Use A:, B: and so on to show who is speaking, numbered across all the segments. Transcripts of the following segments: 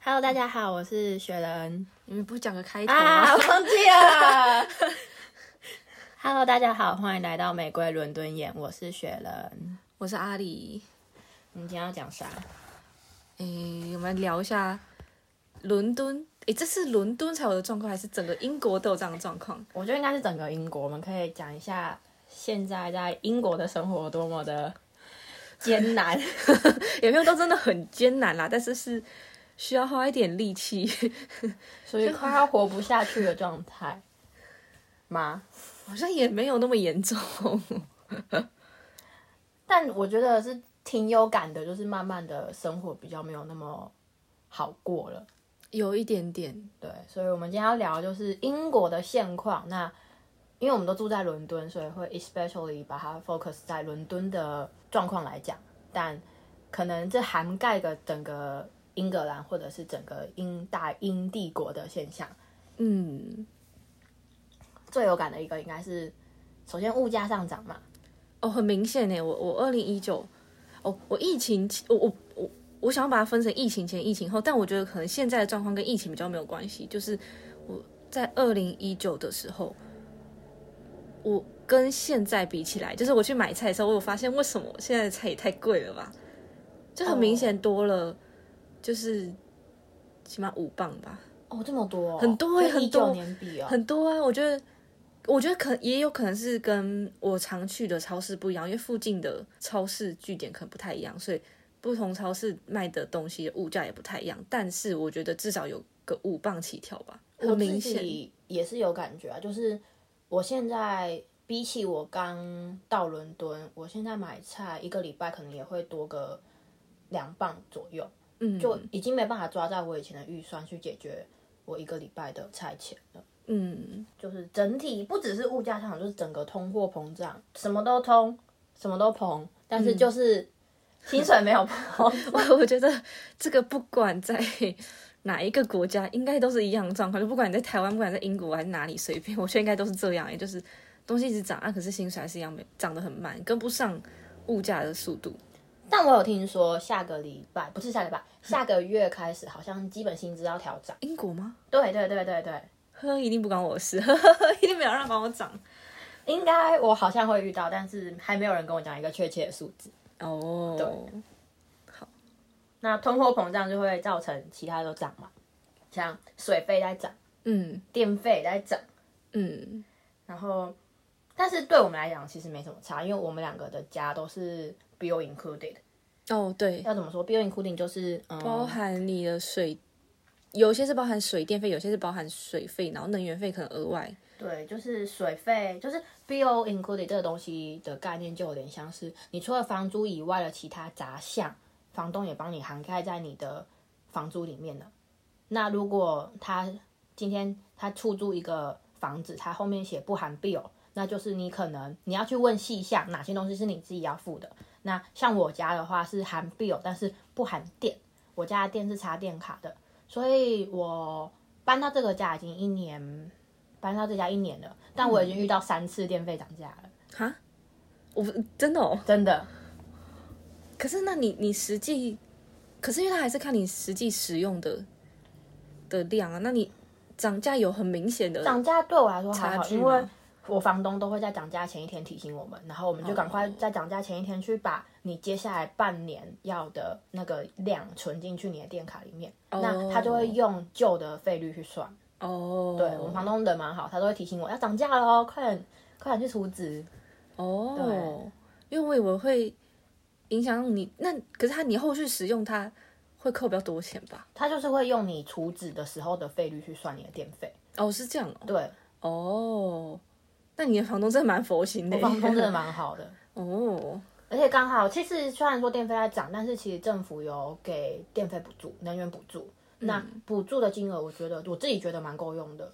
A: Hello，大家好，我是雪人
B: 你们不讲个开头
A: 啊，
B: 吗？
A: 我 忘记了。Hello，大家好，欢迎来到玫瑰伦敦眼，我是雪人。
B: 我是阿里，
A: 我们今天要讲啥？
B: 诶、我们聊一下伦敦。诶、这是伦敦才有的状况，还是整个英国都有这样的状况？
A: 我觉得应该是整个英国，我们可以讲一下现在在英国的生活多么的艰 难。
B: 也没有到真的很艰难啦，但是是需要花一点力气。
A: 属于快要活不下去的状态吗？
B: 好像也没有那么严重。
A: 但我觉得是挺有感的，就是慢慢的生活比较没有那么好过了。
B: 有一点点，
A: 对，所以我们今天要聊的就是英国的现况。那因为我们都住在伦敦，所以会 especially 把它 focus 在伦敦的状况来讲，但可能这涵盖个整个英格兰或者是整个英大英帝国的现象。
B: 嗯，
A: 最有感的一个应该是，首先物价上涨嘛，
B: 哦，很明显呢。我我二零一九，哦，我疫情期，我我我我想要把它分成疫情前、疫情后，但我觉得可能现在的状况跟疫情比较没有关系。就是我在二零一九的时候，我跟现在比起来，就是我去买菜的时候，我有发现为什么现在的菜也太贵了吧？就很明显多了，就是起码五磅吧。
A: 哦，这么多哦、
B: 很多欸
A: 一
B: 很
A: 九
B: 多
A: 年比 哦，
B: 很多啊，我觉得，我觉得可也有可能是跟我常去的超市不一样，因为附近的超市据点可能不太一样，所以不同超市卖的东西物价也不太一样。但是我觉得至少有个五磅起跳吧，
A: 我
B: 很明
A: 自
B: 显。
A: 己也是有感觉啊，就是我现在比起我刚到伦敦，我现在买菜一个礼拜可能也会多个两磅左右，
B: 嗯，
A: 就已经没办法抓在我以前的预算去解决我一个礼拜的菜钱了。
B: 嗯，
A: 就是整体不只是物价上涨，就是整个通货膨胀，什么都通，什么都膨，但
B: 嗯
A: 是就是薪水没有膨。
B: 我我觉得这个不管在哪一个国家，应该都是一样的状况。就不管你在台湾，不管在英国还是哪里，随便，我觉得应该都是这样，也欸就是东西一直涨啊，可是薪水还是一样没涨得很慢，跟不上物价的速度。
A: 但我有听说下个礼拜不是下礼拜，下个月开始好像基本薪资要调涨。
B: 英国吗？
A: 对对对对对，
B: 呵，一定不关我的事，呵呵呵，一定没有让帮我涨。
A: 应该我好像会遇到，但是还没有人跟我讲一个确切的数字。
B: 哦，对，
A: 那通货膨胀就会造成其他都涨嘛，像水费在涨，
B: 嗯
A: 电费在涨，
B: 嗯，
A: 然后，但是对我们来讲其实没什么差，因为我们两个的家都是 bill included。
B: 哦对，
A: 要怎么说？bill including 就是嗯，
B: 包含你的水，有些是包含水电费，有些是包含水费，然后能源费可能额外。
A: 对，就是水费，就是 bill included 这个东西的概念就有点像是，你除了房租以外的其他杂项，房东也帮你涵盖在你的房租里面了。那如果他今天他出租一个房子，他后面写不含 bill，那就是你可能你要去问细项哪些东西是你自己要付的。那像我家的话是含 bill，但是不含电，我家的电是插电卡的，所以我搬到这个家已经一年搬到这家一年了，但我已
B: 嗯
A: 经遇到三次电费涨价了，
B: 哈，我不真的哦。
A: 真的。
B: 可是那你你实际，可是因为它还是看你实际使用的的量啊，那你涨价有很明显的，
A: 涨价对我来说还
B: 差
A: 好，
B: 距
A: 因
B: 吗
A: 为我房东都会在涨价前一天提醒我们，然后我们就赶快
B: 哦
A: 在涨价前一天去把你接下来半年要的那个量存进去你的电卡里面，那他就会用旧的费率去算。
B: 哦，
A: 对我们房东人蛮好，他都会提醒我要涨价了哦，快点快点去储值。
B: 哦，因为我以为会影响你，那可是它你后续使用它会扣比较多钱吧？
A: 他就是会用你储值的时候的费率去算你的电费。
B: 哦，是这样哦。
A: 对，
B: 哦，那你的房东真的蛮佛心的
A: 我
B: 耶。
A: 房东真的蛮好的。
B: 哦，
A: 而且刚好，其实虽然说电费在涨，但是其实政府有给电费补助、能源补助。那补助的金额，我觉得我自己觉得蛮够用的。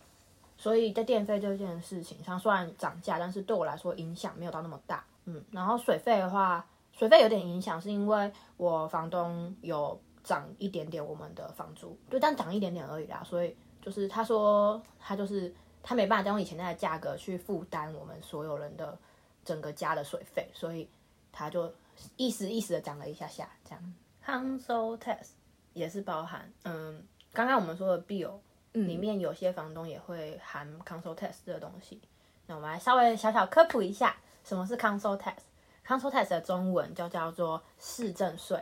A: 所以在电费这件事情上，虽然涨价，但是对我来说影响没有到那么大。嗯，然后水费的话，水费有点影响，是因为我房东有涨一点点我们的房租，就但涨一点点而已啦。所以就是他说他就是他没办法再用以前那个价格去负担我们所有人的整个家的水费，所以他就一时一时的涨了一下下，这样。Household tax 也是包含，嗯，刚刚我们说的 bill
B: 嗯
A: 里面有些房东也会含 council tax 这个东西。那我们来稍微小小科普一下，什么是 council tax。council tax 的中文就叫做市政税。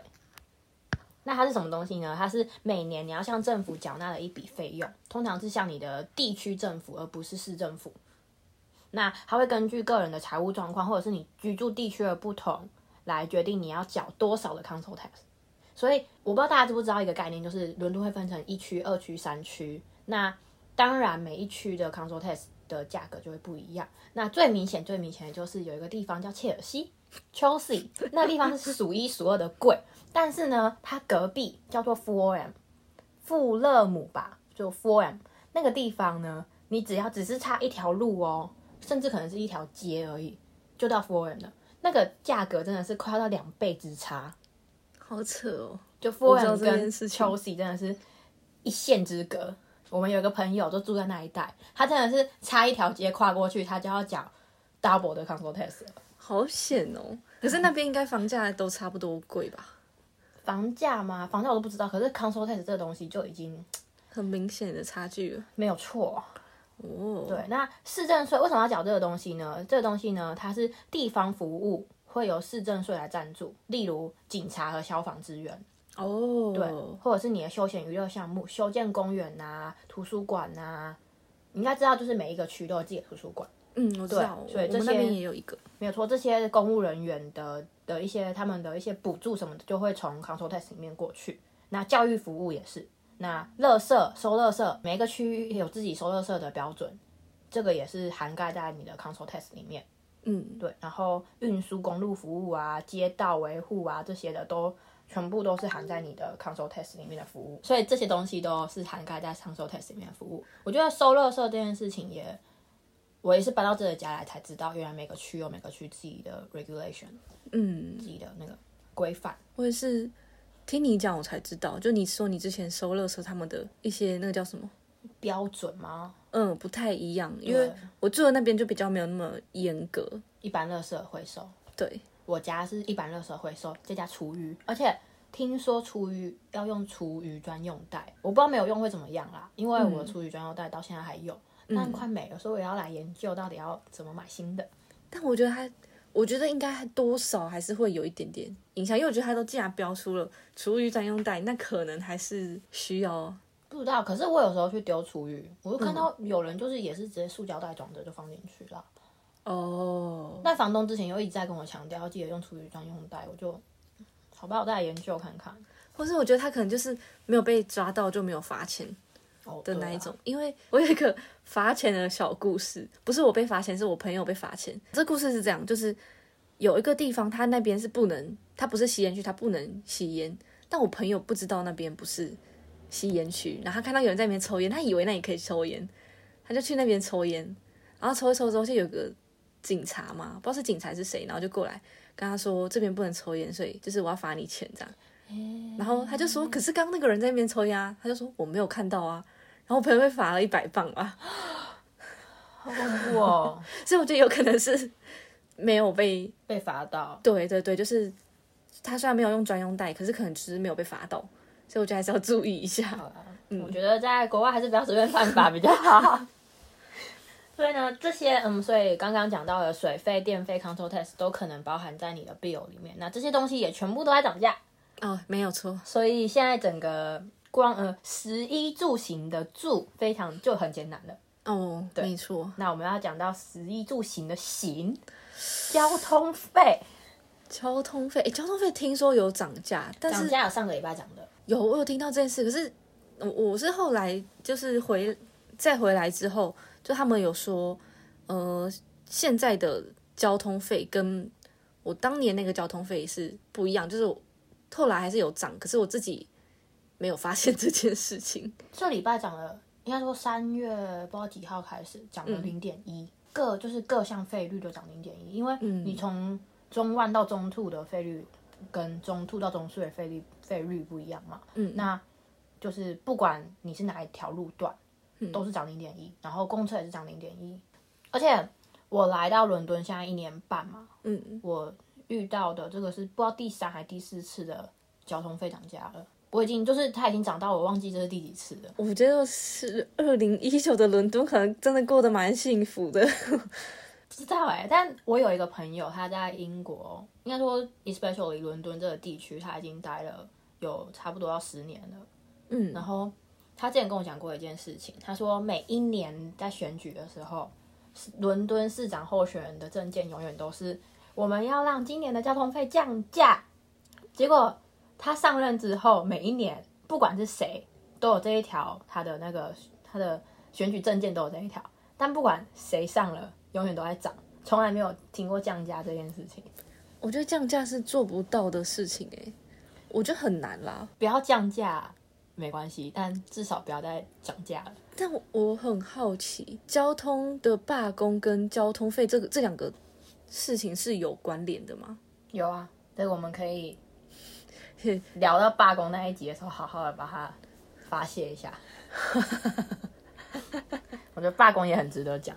A: 那它是什么东西呢？它是每年你要向政府缴纳的一笔费用，通常是向你的地区政府，而不是市政府。那它会根据个人的财务状况，或者是你居住地区的不同，来决定你要缴多少的 council tax。所以我不知道大家知不知道一个概念，就是伦敦会分成一区、二区、三区。那当然，每一区的 council tax 的价格就会不一样。那最明显、最明显的就是有一个地方叫切尔西 （Chelsea），那个地方是数一数二的贵。但是呢，它隔壁叫做 Fulham，富勒姆吧，就 Fulham 那个地方呢，你只要只是差一条路哦，甚至可能是一条街而已，就到 Fulham 了。那个价格真的是快要到两倍之差。
B: 好扯哦，
A: 就富
B: 知道
A: 人
B: 这
A: 跟
B: 件事情
A: Chelsea 真的是一线之隔。我们有一个朋友就住在那一带，他真的是差一条街跨过去，他就要缴 double 的 council tax 了。
B: 好险哦。可是那边应该房价都差不多贵吧？
A: 房价吗？房价我都不知道，可是 council tax 这个东西就已经
B: 很明显的差距了
A: 没有错。
B: 哦。
A: 对，那市政税为什么要缴这个东西呢？这个东西呢，它是地方服务会由市政税来赞助，例如警察和消防支援。
B: 哦，
A: 对，或者是你的休闲娱乐项目，修建公园呐、啊图书馆呐、你应该知道，就是每一个区都有自己的图书馆。
B: 嗯，我知道，
A: 对所以
B: 我
A: 这
B: 们
A: 些
B: 那边也有一个。
A: 没有错，这些公务人员的的一些他们的一些补助什么的，就会从 council tax 里面过去。那教育服务也是，那垃圾收垃圾，每一个区有自己收垃圾的标准，这个也是涵盖在你的 council tax 里面。
B: 嗯，
A: 对，然后运输、公路服务啊、街道维护啊这些的都全部都是含在你的 council tax 里面的服务，所以这些东西都是涵盖在 council tax 里面的服务。我觉得收垃圾这件事情也，我也是搬到这个家来才知道，原来每个区有每个区自己的 regulation，
B: 嗯，
A: 自己的那个规范。
B: 我也是听你讲我才知道，就你说你之前收乐色他们的一些那个叫什么？
A: 标准吗？
B: 嗯，不太一样，因为我住的那边就比较没有那么严格。
A: 一般垃圾回收，
B: 对，
A: 我家是一般垃圾回收，再加厨余，而且听说厨余要用厨余专用袋，我不知道没有用会怎么样啦，因为我的厨余专用袋到现在还有，但快没了，所以我也要来研究到底要怎么买新的。
B: 但我觉得它，我觉得应该还多少还是会有一点点影响，因为我觉得它都既然标出了厨余专用袋，那可能还是需要。
A: 不知道，可是我有时候去丢厨余，我就看到有人就是也是直接塑胶袋装着就放进去了。
B: 哦，
A: 那房东之前又一直在跟我强调要记得用厨余专用袋，我就好吧，我再来研究看看。
B: 或是我觉得他可能就是没有被抓到就没有罚钱
A: 哦，对
B: 的那一
A: 啦
B: 种，因为我有一个罚钱的小故事，不是我被罚钱，是我朋友被罚钱。这故事是这样，就是有一个地方，他那边是不能，他不是吸烟区，他不能吸烟，但我朋友不知道那边不是吸烟区，然后他看到有人在那边抽烟，他以为那里可以抽烟，他就去那边抽烟，然后抽一抽之后就有个警察嘛，不知道是警察还是谁，然后就过来跟他说这边不能抽烟，所以就是我要罚你钱这样。然后他就说，可是刚刚那个人在那边抽烟、啊，他就说我没有看到啊。然后我朋友被罚了一百磅吧，
A: 好恐怖哦，
B: 所以我觉得有可能是没有被，
A: 被罚到。 啊
B: 对对对，就是他虽然没有用专用袋，可是可能只是没有被罚到，所以我觉得还是要注意一下。
A: 好啦
B: 嗯
A: 我觉得在国外还是不要随便犯法比较好。 所以呢，这些嗯，所以刚刚讲到的水费、电费、control tax 都可能包含在你的 bill 里面。那这些东西也全部都在涨价，
B: 哦，没有错，
A: 所以现在整个光呃食衣住行的住非常就很艰难了。
B: 哦，没错，
A: 那我们要讲到食衣住行的行，交通费
B: 交通费，诶交通费听说有涨价，但
A: 涨
B: 是
A: 价有上个礼拜讲的，
B: 有，我有听到这件事，可是我我是后来就是回再回来之后，就他们有说，呃，现在的交通费跟我当年那个交通费是不一样，就是我后来还是有涨，可是我自己没有发现这件事情。
A: 这礼拜涨了，应该说三月不知道几号开始涨
B: 嗯
A: 了零点一，各就是各项费率都涨零点一，因为
B: 嗯
A: 你从中万到中兔的费率跟中兔到中速的费率费率不一样嘛，嗯，那就是不管你是哪一条路段，
B: 嗯
A: 都是涨零点一，然后公车也是涨零点一，而且我来到伦敦现在一年半嘛，
B: 嗯，
A: 我遇到的这个是不知道第三还第四次的交通费涨价了。我已经就是他已经长到我忘记这是第几次了。
B: 我觉得是二零一九的伦敦，可能真的过得蛮幸福的。
A: 不知道哎、但我有一个朋友，他在英国，应该说 especially 伦敦这个地区，他已经待了有差不多要十年了。
B: 嗯
A: 然后他之前跟我讲过一件事情，他说每一年在选举的时候，伦敦市长候选人的证件永远都是我们要让今年的交通费降价。结果他上任之后，每一年不管是谁都有这一条，他的那个他的选举证件都有这一条，但不管谁上了，永远都在涨，从来没有听过降价这件事情。
B: 我觉得降价是做不到的事情哎、我觉得很难啦。
A: 不要降价没关系，但至少不要再涨价了。
B: 但我我很好奇，交通的罢工跟交通费这个这两个事情是有关联的吗？
A: 有啊，这个我们可以 聊到罢工那一集的时候，好好的把它发泄一下。我觉得罢工也很值得讲，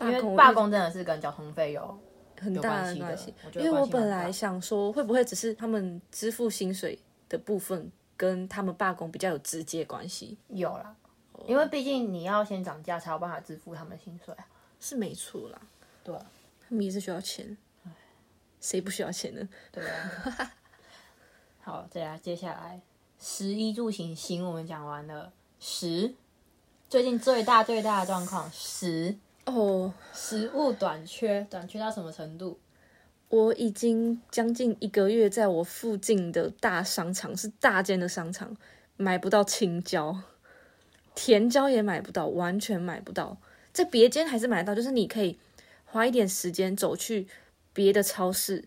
A: 因
B: 工
A: 为罢工真的是跟交通费有
B: 很大的
A: 有
B: 关
A: 关
B: 系
A: 系的我，觉
B: 因
A: 得
B: 为
A: 关
B: 我
A: 系蛮大
B: 本来想说，会不会只是他们支付薪水的部分跟他们罢工比较有直接关系？
A: 有啦，因为毕竟你要先涨价才有办法支付他们的薪水啊。
B: 是没错啦，
A: 对啊
B: 他们也是需要钱，谁不需要钱呢？
A: 对啊。 好，再来接下来十一住行行我们讲完了，十最近最大最大的状况十
B: 哦，
A: 食物短缺，短缺到什么程度？
B: 我已经将近一个月在我附近的大商场，是大间的商场，买不到青椒，甜椒也买不到，完全买不到。在别间还是买得到，就是你可以花一点时间走去别的超市，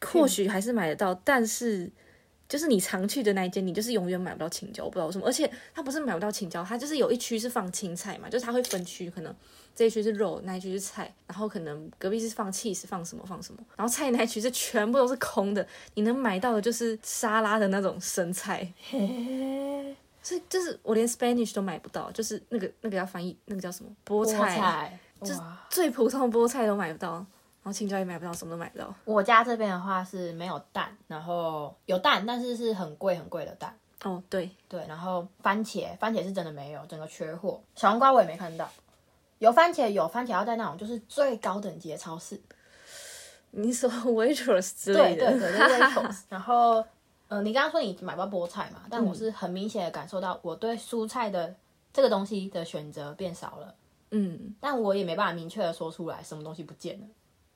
B: 或许还是买得到，但是就是你常去的那一间，你就是永远买不到青椒，我不知道为什么。而且它不是买不到青椒，它就是有一区是放青菜嘛，就是它会分区，可能这一区是肉，那一区是菜，然后可能隔壁是放 cheese，放什么放什么，然后菜那一区是全部都是空的，你能买到的就是沙拉的那种生 菜，所以就是我连 Spanish 都买不到，就是那个那个要翻译那个叫什么菠
A: 菠
B: 菜
A: 菜，
B: 就是
A: 哇
B: 最普通的菠菜都买不到，然后青椒也买不到，什么都买不到。
A: 我家这边的话是没有蛋，然后有蛋，但是是很贵很贵的蛋。
B: 哦，对，
A: 对，然后番茄，番茄是真的没有，整个缺货。小黄瓜我也没看到，有番茄有番茄要在那种就是最高等级的超市，
B: 你说 waitress 之
A: 对
B: 类的，
A: 对对，就 是 Waitrose 然后，呃，你刚刚说你买不到菠菜
B: 嗯
A: 嘛，但我是很明显的感受到我对蔬菜的这个东西的选择变少了，
B: 嗯，
A: 但我也没办法明确的说出来什么东西不见了，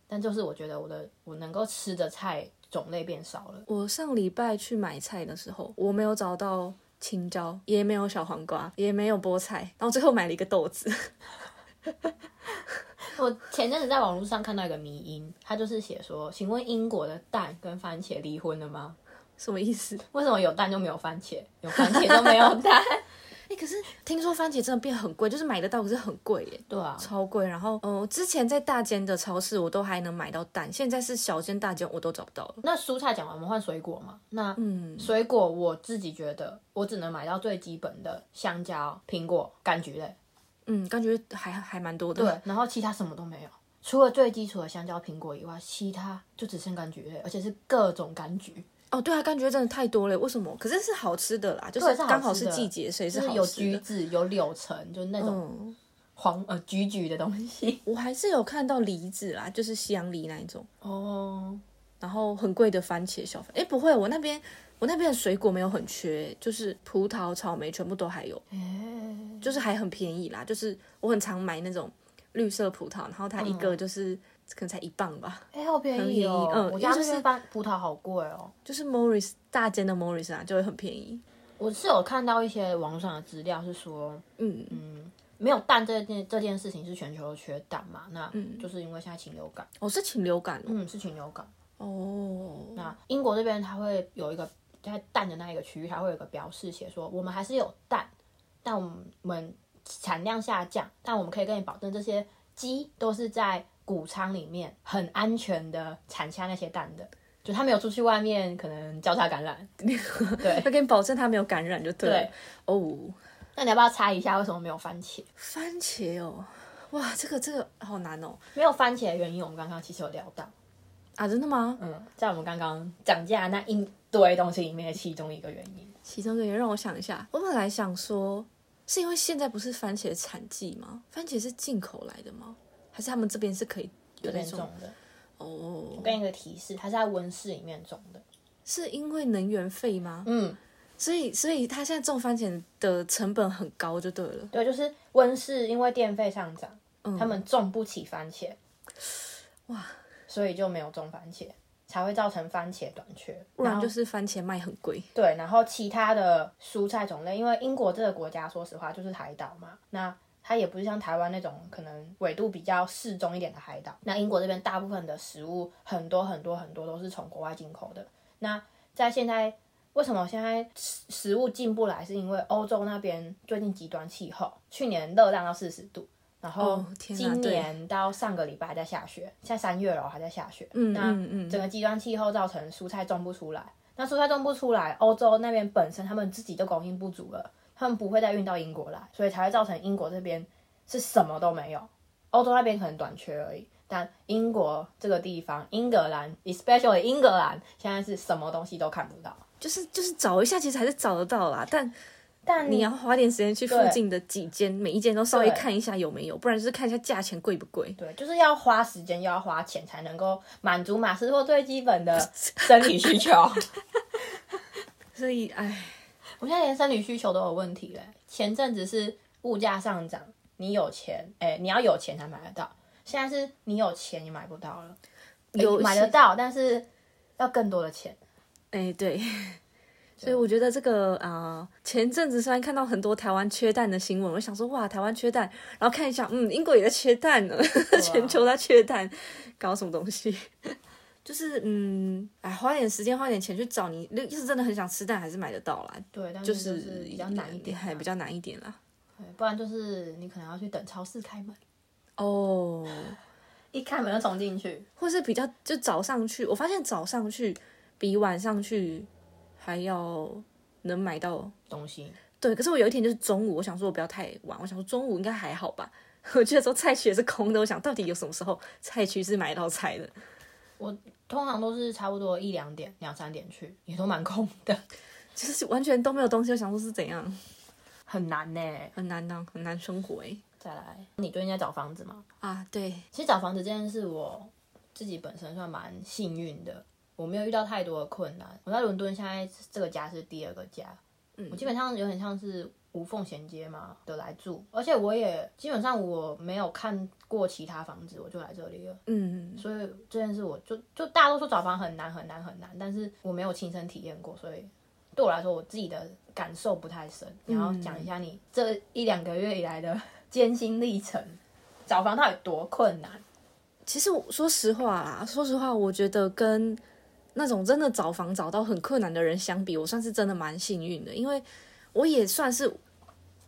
A: 但就是我觉得我的我能够吃的菜种类变少了。
B: 我上礼拜去买菜的时候，我没有找到青椒，也没有小黄瓜，也没有菠菜，然后最后买了一个豆子。
A: 我前阵子在网络上看到一个迷因，他就是写说：“请问英国的蛋跟番茄离婚了吗？
B: 什么意思？
A: 为什么有蛋就没有番茄，有番茄就没有 蛋，
B: 哎、可是听说番茄真的变很贵，就是买得到，可是很贵耶？”
A: 对啊，
B: 超贵。然后，呃，之前在大间的超市我都还能买到蛋，现在是小间、大间我都找不到了。
A: 那蔬菜讲完，我们换水果嘛？那
B: 嗯，
A: 水果我自己觉得，我只能买到最基本的香蕉、苹果、柑橘类，
B: 嗯，感觉还还蛮多的。
A: 对，然后其他什么都没有，除了最基础的香蕉、苹果以外，其他就只剩柑橘类，而且是各种柑橘，
B: 哦，对啊，柑橘真的太多了，为什么？可是是好吃的啦，就是
A: 对是好
B: 刚好
A: 吃
B: 是
A: 的
B: 季节，所以
A: 就是是
B: 好
A: 有
B: 吃
A: 橘
B: 的。
A: 子、有柳橙，就是那种
B: 嗯，
A: 黄、呃橘橘的东西。
B: 我还是有看到梨子啦，就是西洋梨那一种，
A: 哦，
B: 然后很贵的番茄小番，哎，不会，我那边我那边的水果没有很缺，就是葡萄、草莓全部都还有，
A: 哎，
B: 就是还很便宜啦。就是我很常买那种绿色葡萄，然后它一个就是、可能才一磅吧，
A: 哎，好便宜哦！
B: 很便宜嗯
A: 我家这
B: 因为就是
A: 边番葡萄好贵哦。
B: 就是 Morris 大间的 Morris 啊，就会很便宜。
A: 我是有看到一些网络上的资料，是说
B: 嗯，
A: 没有蛋这件这件事情是全球缺蛋嘛？那就是因为现在禽流感，
B: 哦，是禽流感哦。
A: 嗯，是禽流感。
B: 哦，
A: 那英国这边它会有一个在蛋的那一个区域，它会有一个标示写说我们还是有蛋，但我们产量下降，但我们可以跟你保证这些鸡都是在谷仓里面很安全的产下那些蛋的，就它没有出去外面可能交叉感染。 对
B: 会给你保证它没有感染就对了。
A: 对，
B: 哦，
A: 那你要不要猜一下为什么没有番茄？
B: 番茄哦，哇，这个这个好难哦
A: 没有番茄的原因，我们刚刚其实有聊到。
B: 啊，真的吗？
A: 嗯，在我们刚刚涨价的那一堆东西里面的其中一个原因。
B: 其中一个也让我想一下，我本来想说，是因为现在不是番茄产季吗？番茄是进口来的吗？还是他们这边是可以有那
A: 严
B: 种
A: 重？的，
B: 哦
A: 我，给你一个提示，它是在温室里面种的。
B: 是因为能源费吗？
A: 嗯，
B: 所以，所以他现在种番茄的成本很高，就对了。
A: 对，就是温室，因为电费上涨，
B: 嗯，
A: 他们种不起番茄，
B: 哇，
A: 所以就没有种番茄，才会造成番茄短缺。
B: 不然就是是番茄卖很贵。
A: 对，然后其他的蔬菜种类，因为英国这个国家，说实话就是海岛嘛，那它也不是像台湾那种可能纬度比较适中一点的海岛。那英国这边大部分的食物，很多很多很多都是从国外进口的。那在现在，为什么现在食食物进不来？是因为欧洲那边最近极端气候，去年热浪到四十度，然后
B: 哦天哪
A: 今年到上个礼拜还在下雪，现在三月了还在下雪。
B: 嗯
A: 那
B: 嗯嗯
A: 整个极端气候造成蔬菜种不出来，那蔬菜种不出来，欧洲那边本身他们自己就供应不足了，他们不会再运到英国来，所以才会造成英国这边是什么都没有，欧洲那边可能短缺而已。但英国这个地方，英格兰，especially 英格兰，现在是什么东西都看不到。
B: 就是就是找一下，其实还是找得到啦，但
A: 但
B: 你要花点时间去附近的几间，每一间都稍微看一下有没有，不然就是看一下价钱贵不贵。
A: 对，就是要花时间，又要花钱，才能够满足马斯洛最基本的生理需求。
B: 所以，哎，
A: 我现在连生理需求都有问题嘞。前阵子是物价上涨，你有钱，哎、你要有钱才买得到。现在是你有钱也买不到了，诶
B: 有
A: 买
B: 些
A: 得到，但是要更多的钱。
B: 哎，对。所以我觉得这个啊、呃前阵子虽然看到很多台湾缺蛋的新闻，我想说哇，台湾缺蛋，然后看一下，嗯，英国也在缺蛋呢，
A: 啊
B: 全球在缺蛋，搞什么东西？ 就是嗯，哎，花点时间，花点钱去找你，要是真的很想吃蛋，还是买得到啦，
A: 对，但
B: 就
A: 就
B: 是
A: 是比较难一点啊、
B: 还比较难一点啦。
A: 对，不然就是你可能要去等超市开门，
B: 哦、
A: 一开门就冲进去。
B: 或是比较就早上去，我发现早上去比晚上去还要能买到。
A: 东西
B: 对，可是我有一天就是中午，我想说我不要太晚，我想说中午应该还好吧。 我去的时候菜区也是空的，我想到底有什么时候菜区是买到菜的？
A: 通常都是差不多一两点、两三点去，也都蛮空的，
B: 就是完全都没有东西，我想说是怎样，
A: 很难呢、
B: 很难当、很难生活哎、
A: 再来，你最近在找房子吗？
B: 啊，对，
A: 其实找房子这件事，我自己本身算蛮幸运的，我没有遇到太多的困难。我在伦敦现在这个家是第二个家，嗯，我基本上有点像是无缝衔接嘛的来住，而且我也基本上我没有看过其他房子，我就来这里了。
B: 嗯，
A: 所以这件事，我就就大家都说找房很难很难很难，但是我没有亲身体验过，所以对我来说，我自己的感受不太深。然后讲一下你这一两个月以来的 艰辛历程，找房到底多困难？
B: 其实我说实话啦，说实话，我觉得跟那种真的找房找到很困难的人相比，我算是真的蛮幸运的，因为我也算是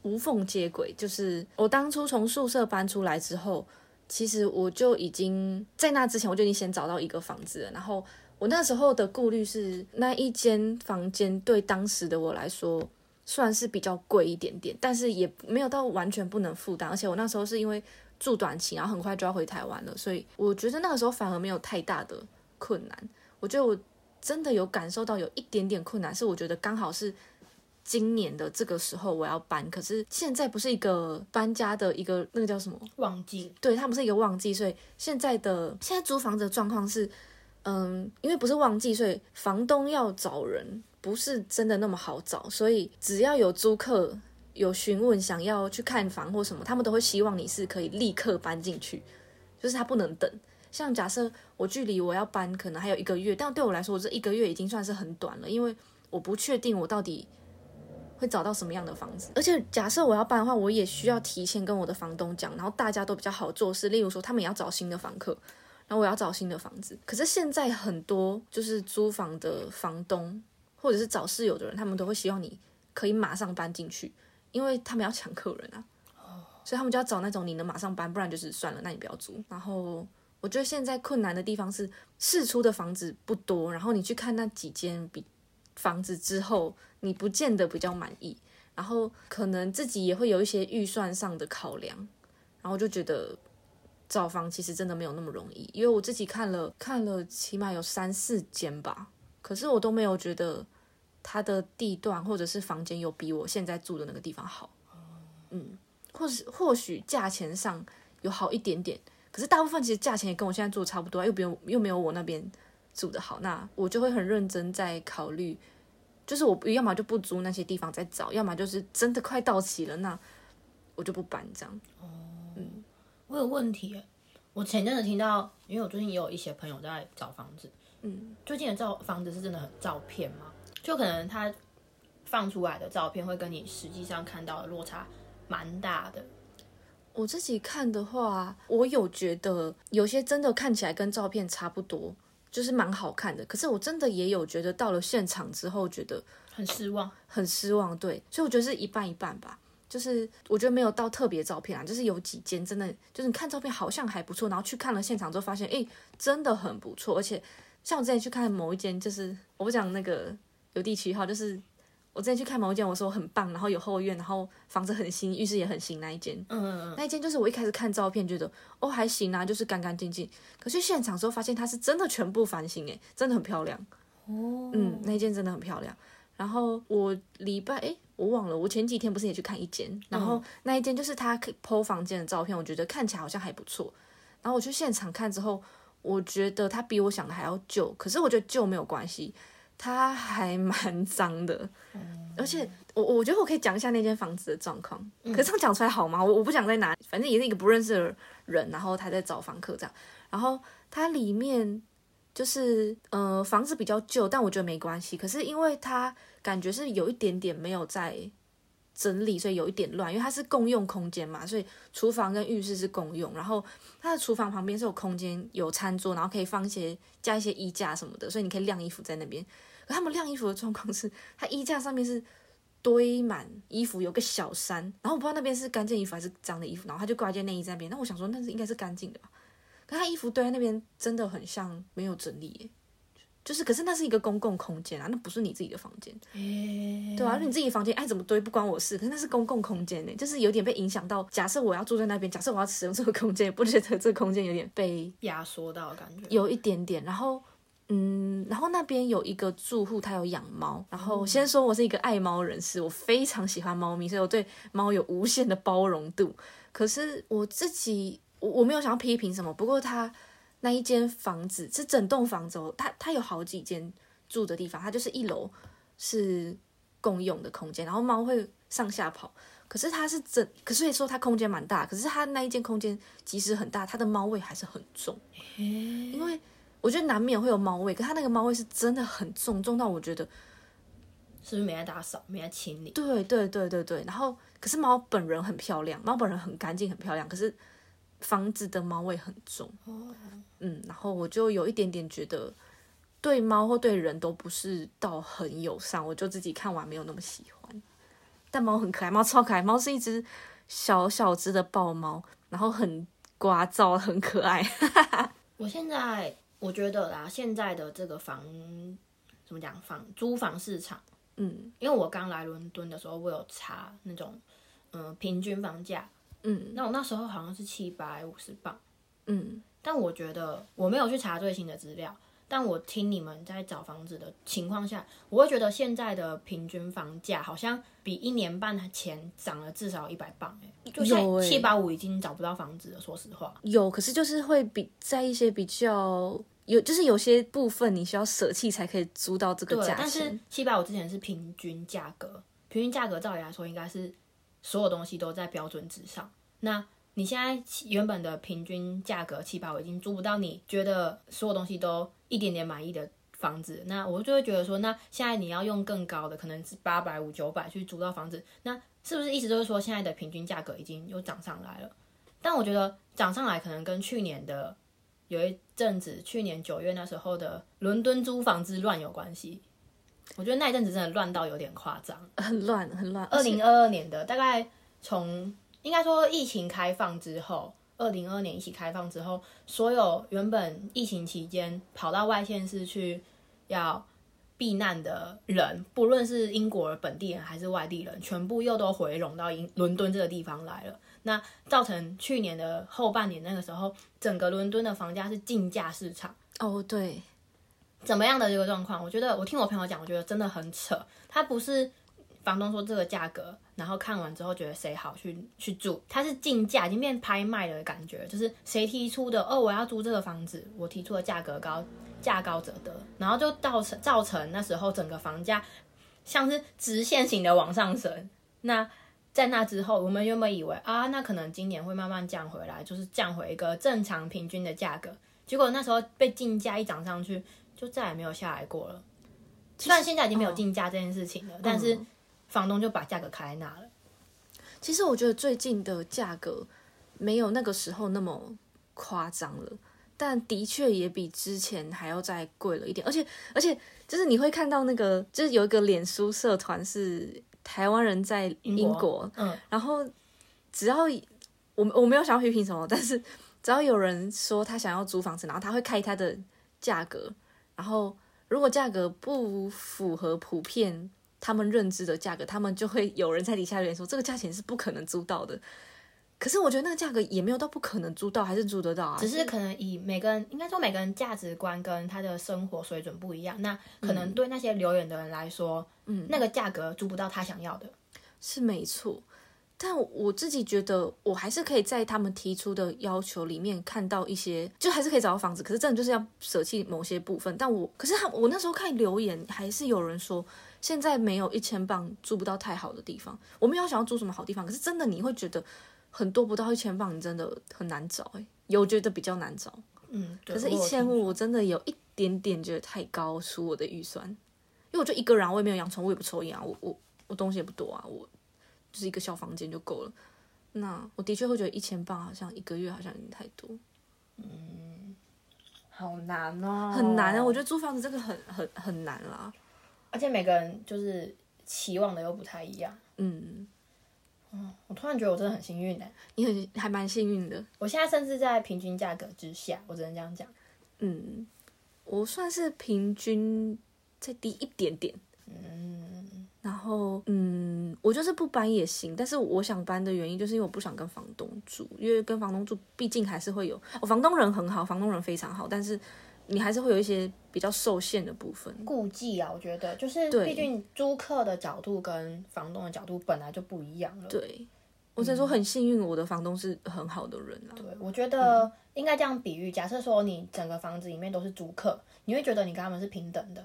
B: 无缝接轨。就是我当初从宿舍搬出来之后，其实我就已经在那之前我就已经先找到一个房子了，然后。我那时候的顾虑是，那一间房间对当时的我来说算是比较贵一点点，但是也没有到完全不能负担。而且我那时候是因为住短期，然后很快就要回台湾了，所以我觉得那个时候反而没有太大的困难。我觉得我真的有感受到有一点点困难，是我觉得刚好是今年的这个时候我要搬，可是现在不是一个搬家的一个那个叫什么？
A: 忘记
B: 对，它不是一个旺季，所以现在的现在租房子的状况是，嗯，因为不是旺季，所以房东要找人不是真的那么好找，所以只要有租客有询问想要去看房或什么，他们都会希望你是可以立刻搬进去，就是他不能等。像假设我距离我要搬可能还有一个月，但对我来说，我这一个月已经算是很短了，因为我不确定我到底会找到什么样的房子。而且假设我要搬的话，我也需要提前跟我的房东讲，然后大家都比较好做事。例如说，他们也要找新的房客，然后我要找新的房子。可是现在很多就是租房的房东或者是找室友的人，他们都会希望你可以马上搬进去，因为他们要抢客人啊。所以他们就要找那种你能马上搬，不然就是算了，那你不要租。然后我觉得现在困难的地方是试出的房子不多，然后你去看那几间比房子之后，你不见得比较满意，然后可能自己也会有一些预算上的考量，然后就觉得找房其实真的没有那么容易，因为我自己看了看了起码有三四间吧，可是我都没有觉得它的地段或者是房间有比我现在住的那个地方好。嗯，或是或许价钱上有好一点点，可是大部分其实价钱也跟我现在住的差不多啊，又不用又没有我那边住的好，那我就会很认真在考虑，就是我要么就不租那些地方再找，要么就是真的快到期了，那我就不搬这样。
A: 我有问题耶，我前阵子听到，因为我最近也有一些朋友在找房子，嗯，最近的照房子是真的很照片吗？就可能他放出来的照片会跟你实际上看到的落差蛮大的，
B: 我自己看的话，我有觉得有些真的看起来跟照片差不多，就是蛮好看的。可是我真的也有觉得到了现场之后，觉得
A: 很失望。
B: 很失望，对，所以我觉得是一半一半吧。就是我觉得没有到特别照片啊，就是有几间真的，就是你看照片好像还不错，然后去看了现场之后发现，哎、真的很不错。而且像我之前去看某一间，就是我不讲那个有地区号，就是我之前去看某一间，我说很棒，然后有后院，然后房子很新，浴室也很新那一间，
A: 嗯，
B: 那一间就是我一开始看照片觉得哦还行啊，就是干干净净，可去现场之后发现它是真的全部翻新，诶，真的很漂亮。
A: 哦，
B: 嗯，那一间真的很漂亮。然后我礼拜诶，我忘了，我前几天不是也去看一间，然后那一间就是他可以 PO 房间的照片，我觉得看起来好像还不错。然后我去现场看之后，我觉得它比我想的还要旧，可是我觉得旧没有关系，它还蛮脏的。而且我我觉得我可以讲一下那间房子的状况，可是这样讲出来好吗？我我不讲在哪里，反正也是一个不认识的人，然后他在找房客这样，然后它里面就是呃房子比较旧，但我觉得没关系。可是因为它感觉是有一点点没有在整理，所以有一点乱，因为它是共用空间嘛，所以厨房跟浴室是共用。然后它的厨房旁边是有空间有餐桌，然后可以放一些加一些衣架什么的，所以你可以晾衣服在那边。可他们晾衣服的状况是，它衣架上面是。堆满衣服，有个小山，然后我不知道那边是干净衣服还是脏的衣服，然后他就挂一件内衣在那边。那我想说，那是应该是干净的吧。可他衣服堆在那边真的很像没有整理耶，就是可是那是一个公共空间啊，那不是你自己的房间，对啊，你自己房间爱怎么堆不关我事，可是那是公共空间呢，就是有点被影响到。假设我要住在那边，假设我要使用这个空间，不觉得这个空间有点被
A: 压缩到的感觉，
B: 有一点点，然后。嗯，然后那边有一个住户，他有养猫。然后先说我是一个爱猫人士，我非常喜欢猫咪，所以我对猫有无限的包容度。可是我自己，我我没有想要批评什么。不过他那一间房子是整栋房子哦，他他有好几间住的地方，它就是一楼是共用的空间，然后猫会上下跑。可是它是整，可是所以说它空间蛮大，可是它那一间空间即使很大，它的猫味还是很重，因为我觉得难免会有猫味，可它那个猫味是真的很重，重到我觉得
A: 是不是没在打扫，没在清理？
B: 对对对对对，然后可是猫本人很漂亮，猫本人很干净很漂亮，可是房子的猫味很重。嗯，然后我就有一点点觉得对猫或对人都不是到很友善，我就自己看完没有那么喜欢。但猫很可爱，猫超可爱，猫是一只小小只的豹猫，然后很聒噪，很可爱。
A: 我现在我觉得啦，现在的这个房怎么讲，房租房市场。
B: 嗯
A: 因为我刚来伦敦的时候，我有查那种，嗯、平均房价，
B: 嗯
A: 那我那时候好像是七百五十磅，
B: 嗯，
A: 但我觉得我没有去查最新的资料，但我听你们在找房子的情况下，我会觉得现在的平均房价好像比一年半前涨了至少一百磅、欸，就现
B: 有欸
A: 七百五已经找不到房子了，说实话，
B: 有，可是就是会比在一些比较有，就是有些部分你需要舍弃才可以租到这个
A: 对，
B: 价
A: 但
B: 钱
A: 是。七百五之前是平均价格，平均价格照理来说应该是所有东西都在标准之上。那你现在原本的平均价格七百五已经租不到你觉得所有东西都一点点满意的房子，那我就会觉得说，那现在你要用更高的，可能是八百五、九百去租到房子，那是不是意思就是说现在的平均价格已经又涨上来了？但我觉得涨上来可能跟去年的有一阵子，去年九月那时候的伦敦租房之乱有关系。我觉得那一阵子真的乱到有点夸张。
B: 很乱，很乱。
A: 二
B: 而且
A: 零二二年的大概从应该说疫情开放之后，二零二二年一起开放之后，所有原本疫情期间跑到外县市去要避难的人，不论是英国本地人还是外地人，全部又都回笼到英伦敦这个地方来了。那造成去年的后半年那个时候，整个伦敦的房价是竞价市场。
B: 哦，对，
A: 怎么样的一个状况？我觉得我听我朋友讲，我觉得真的很扯。他不是房东说这个价格，然后看完之后觉得谁好去去住，他是竞价，已经变拍卖的感觉，就是谁提出的哦，我要租这个房子，我提出的价格高，价高者得，然后就造成造成那时候整个房价像是直线型的往上升。那在那之后，我们原本以为啊，那可能今年会慢慢降回来，就是降回一个正常平均的价格。结果那时候被竞价一涨上去，就再也没有下来过了。虽然现在已经没有竞价这件事情了，但是
B: 嗯
A: 房东就把价格开在那了。
B: 其实我觉得最近的价格没有那个时候那么夸张了，但的确也比之前还要再贵了一点。而且而且就是你会看到那个，就是有一个脸书社团是台湾人在英国，
A: 嗯，
B: 然后只要我我没有想要批评什么，但是只要有人说他想要租房子，然后他会开他的价格，然后如果价格不符合普遍他们认知的价格，他们就会有人在底下留言说这个价钱是不可能租到的。可是我觉得那个价格也没有到不可能租到，还是租得到啊。
A: 只是可能以每个人，应该说每个人价值观跟他的生活水准不一样，那可能对那些留言的人来说，嗯，那个价格租不到他想要的。
B: 是没错，但我自己觉得，我还是可以在他们提出的要求里面看到一些，就还是可以找到房子，可是真的就是要舍弃某些部分。但我可是他，我那时候看留言，还是有人说现在没有一千磅租不到太好的地方，我没有想要租什么好地方，可是真的你会觉得很多不到一千磅，你真的很难找、欸，有觉得比较难找。
A: 嗯，对
B: 可是，
A: 我
B: 一
A: 有
B: 千
A: 听
B: 五我真的有一点点觉得太高，出我的预算。因为我就一个人啊，我也没有养宠物，我也不抽烟啊，我我我东西也不多啊，我就是一个小房间就够了。那我的确会觉得一千磅好像一个月好像有点太多，
A: 好难哦，
B: 很难啊。我觉得租房子这个很很很难啦。
A: 而且每个人就是期望的又不太一样。
B: 嗯，
A: 我突然觉得我真的很幸运哎、
B: 你很还蛮幸运的。
A: 我现在甚至在平均价格之下，我只能这样讲。
B: 嗯，我算是平均再低一点点。
A: 嗯，
B: 然后，嗯，我就是不搬也行，但是我想搬的原因就是因为我不想跟房东住，因为跟房东住，毕竟还是会有，我、房东人很好，房东人非常好，但是你还是会有一些比较受限的部分。
A: 顾忌啊，我觉得就是，
B: 对
A: 毕竟租客的角度跟房东的角度本来就不一样了。
B: 对，我只能说很幸运，我的房东是很好的人啦。
A: 嗯对，我觉
B: 嗯
A: 得应该这样比喻：假设说你整个房子里面都是租客，你会觉得你跟他们是平等的，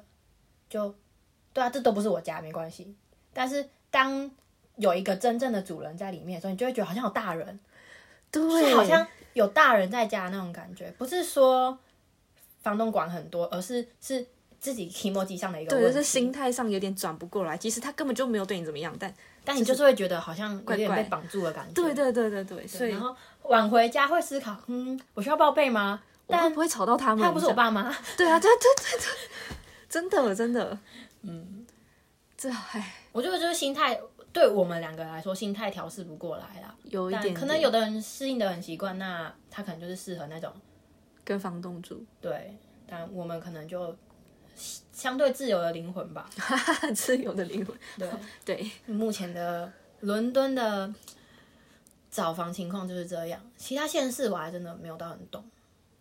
A: 就对啊，这都不是我家，没关系。但是当有一个真正的主人在里面的时候，你就会觉得好像有大人，就是
B: 对，
A: 好像有大人在家那种感觉，不是说房东管很多，而是是自己 e m o 上的一个
B: 对，
A: 问
B: 就
A: 题。
B: 是心态上有点转不过来。其实他根本就没有对你怎么样，但
A: 但你就是会觉得好像有点
B: 怪
A: 被
B: 怪
A: 绑住的感觉。
B: 对对对对对，所以
A: 然后晚回家会思考，嗯，我需要报备吗？
B: 我
A: 但
B: 会不会吵到他们？
A: 他不是我爸妈，
B: 对啊，对对对对，真的真的，嗯，这唉
A: 我觉得就是心态，对我们两个来说，心态调试不过来啦。
B: 有一
A: 但
B: 点
A: 可能
B: 点
A: 有的人适应的很习惯，那他可能就是适合那种
B: 跟房东住
A: 对，但我们可能就相对自由的灵魂吧。
B: 自由的灵魂。
A: 对，
B: 对，
A: 目前的伦敦的找房情况就是这样，其他县市我还真的没有到很懂。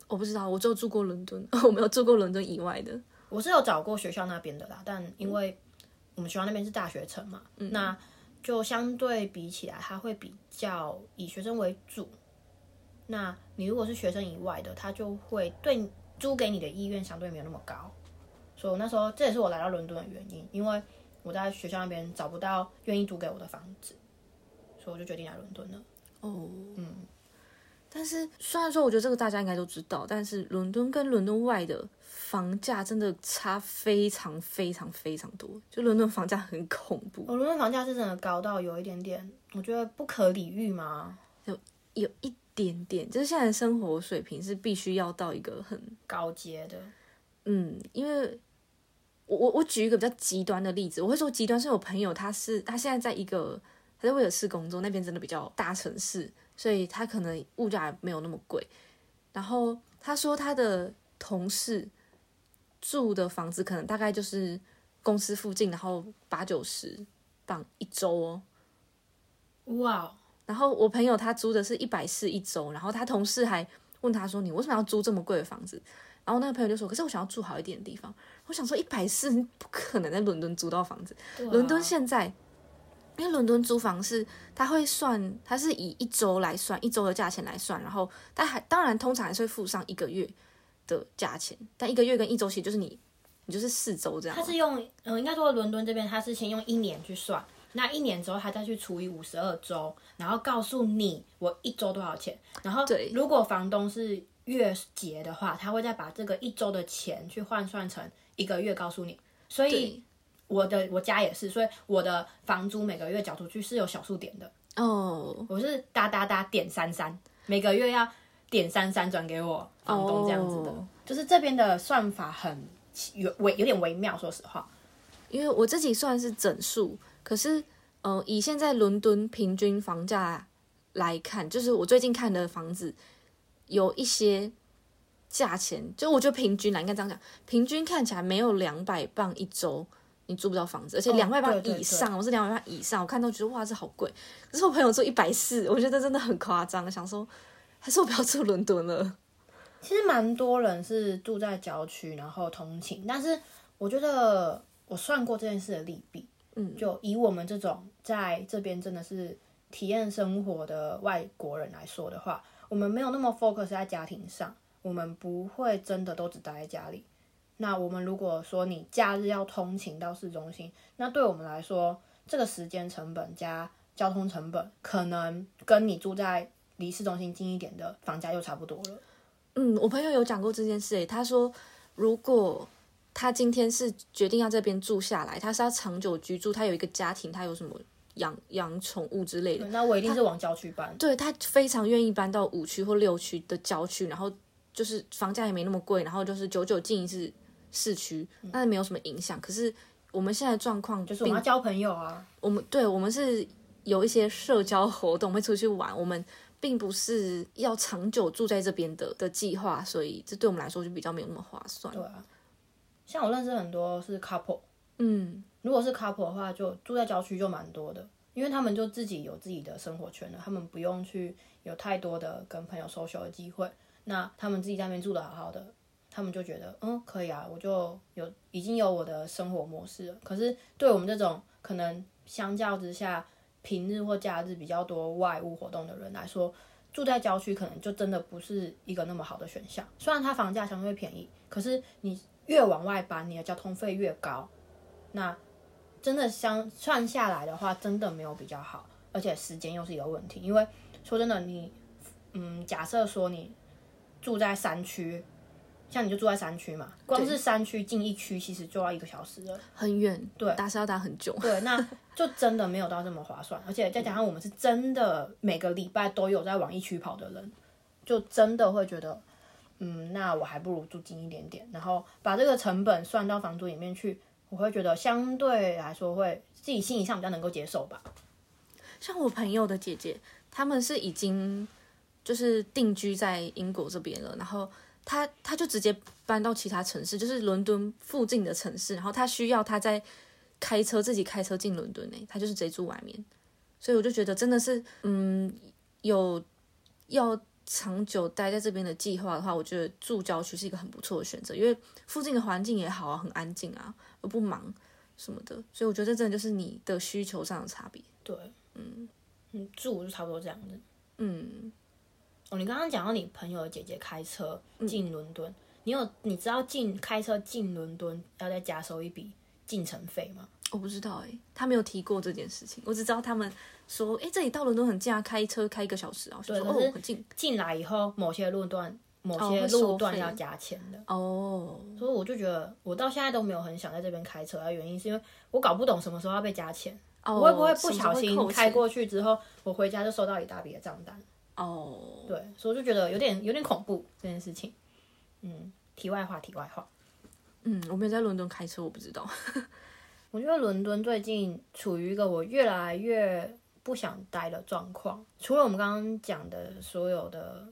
B: 我不知道，我只有住过伦敦， 我没有住过伦敦以外的。
A: 我是有找过学校那边的啦，但因为我们学校那边是大学城嘛，
B: 嗯
A: 那就相对比起来，它会比较以学生为主。那你如果是学生以外的，他就会对你租给你的意愿相对没有那么高。所以我那时候这也是我来到伦敦的原因，因为我在学校那边找不到愿意租给我的房子，所以我就决定来伦敦了。
B: 哦，嗯。但是虽然说，我觉得这个大家应该都知道，但是伦敦跟伦敦外的房价真的差非常非常非常多，就伦敦房价很恐怖，
A: 哦我伦敦房价是真的高到有一点点，我觉得不可理喻嘛，
B: 有一点点，就是现在的生活水平是必须要到一个很
A: 高阶的。
B: 嗯，因为我我我举一个比较极端的例子，我会说极端是我朋友他是他现在在一个他在威尔士工作，那边真的比较大城市，所以他可能物价没有那么贵。然后他说他的同事住的房子可能大概就是公司附近，然后八九十磅一周哦。
A: 哇、哦
B: 然后我朋友他租的是一百四一周，然后他同事还问他说：“你为什么要租这么贵的房子？”然后那个朋友就说，可是我想要住好一点的地方。我想说一百四不可能在伦敦租到房子，
A: 对啊
B: 伦敦现在，因为伦敦租房是它会算，它是以一周来算，一周的价钱来算，然后但还当然通常还是会付上一个月的价钱，但一个月跟一周其实就是你，你就是四周这样
A: 它
B: 嘛。
A: 是用，嗯、应该说伦敦这边它是先用一年去算，那一年之后它再去除以五十二周，然后告诉你我一周多少钱。然后
B: 对
A: 如果房东是月结的话，他会再把这个一周的钱去换算成一个月，告诉你。所以
B: 对
A: 我的我家也是，所以我的房租每个月缴出去是有小数点的，
B: 哦，
A: 我是哒哒哒点三三，每个月要点三三转给我房东这样子的
B: 哦
A: 就是这边的算法很奇有微有点微妙，说实话。
B: 因为我自己算是整数，可是呃，以现在伦敦平均房价来看，就是我最近看的房子有一些价钱，就我觉得平均啦，应该这样讲，平均看起来没有两百磅一周。你租不到房子，而且
A: 哦
B: 两百磅
A: 对对
B: 以上，我是两百磅以上，我看都觉得哇，这好贵。可是我朋友住一百四，我觉得真的很夸张，想说还是我不要住伦敦了。
A: 其实蛮多人是住在郊区，然后通勤，但是我觉得我算过这件事的利弊，
B: 嗯，
A: 就以我们这种在这边真的是体验生活的外国人来说的话，我们没有那么 focus 在家庭上，我们不会真的都只待在家里。那我们如果说你假日要通勤到市中心，那对我们来说，这个时间成本加交通成本，可能跟你住在离市中心近一点的房价又差不多了。
B: 嗯，我朋友有讲过这件事、诶，他说如果他今天是决定要这边住下来，他是要长久居住，他有一个家庭，他有什么养养宠物之类的，
A: 对那我一定是往郊区搬。
B: 对他非常愿意搬到五区或六区的郊区，然后就是房价也没那么贵，然后就是久久近一次市区，那没有什么影响。可是我们现在的状况
A: 嗯就是我们要交朋友啊，
B: 我们对我们是有一些社交活动会出去玩，我们并不是要长久住在这边的的计划，所以这对我们来说就比较没有那么划算。
A: 对啊。像我认识很多是 couple，
B: 嗯，
A: 如果是 couple 的话，就住在郊区就蛮多的，因为他们就自己有自己的生活圈了，他们不用去有太多的跟朋友 social 的机会。那他们自己在那边住的好好的，他们就觉得嗯可以啊，我就有已经有我的生活模式了。可是对我们这种可能相较之下平日或假日比较多外务活动的人来说，住在郊区可能就真的不是一个那么好的选项。虽然它房价相对便宜，可是你越往外搬，你的交通费越高。那真的相算下来的话，真的没有比较好，而且时间又是一个问题。因为说真的，你嗯，假设说你住在山区，像你就住在山区嘛，光是山区进一区其实就要一个小时了。
B: 很远，
A: 对
B: 打是要打很久。
A: 对，那就真的没有到这么划算，而且再加上我们是真的每个礼拜都有在往一区跑的人，就真的会觉得，嗯，那我还不如住近一点点，然后把这个成本算到房租里面去，我会觉得相对来说会自己心理上比较能够接受吧。
B: 像我朋友的姐姐，他们是已经就是定居在英国这边了，然后她她就直接搬到其他城市，就是伦敦附近的城市，然后她需要她在开车自己开车进伦敦呢、她就是直接住外面，所以我就觉得真的是，嗯，有要长久待在这边的计划的话，我觉得住郊区是一个很不错的选择，因为附近的环境也好啊，很安静啊，又不忙什么的，所以我觉得这真的就是你的需求上的差别，
A: 对，嗯嗯，住就差不多这样子。
B: 嗯。
A: 哦，你刚刚讲到你朋友的姐姐开车进伦敦，你有你知道进开车进伦敦要再加收一笔进城费吗？
B: 我不知道哎、他没有提过这件事情，我只知道他们说，哎、这里到伦敦很近啊，开车开一个小时啊，我想说
A: 可是
B: 哦，很近
A: 进来以后，某些路段、某
B: 哦
A: 些
B: 会收
A: 路段
B: 费
A: 要加钱的，
B: 哦，
A: 所以我就觉得我到现在都没有很想在这边开车的原因，是因为我搞不懂什么时候要被加钱，
B: 哦
A: 我会不会不
B: 什么时
A: 小
B: 候会
A: 心
B: 扣
A: 开
B: 钱
A: 过去之后，我回家就收到一大笔的账单？
B: 哦，
A: 对，所以我就觉得有点有点恐怖这件事情。嗯，题外话，题外话，
B: 嗯，我没有在伦敦开车，我不知道，
A: 我觉得伦敦最近处于一个我越来越不想待的状况。除了我们刚刚讲的所有的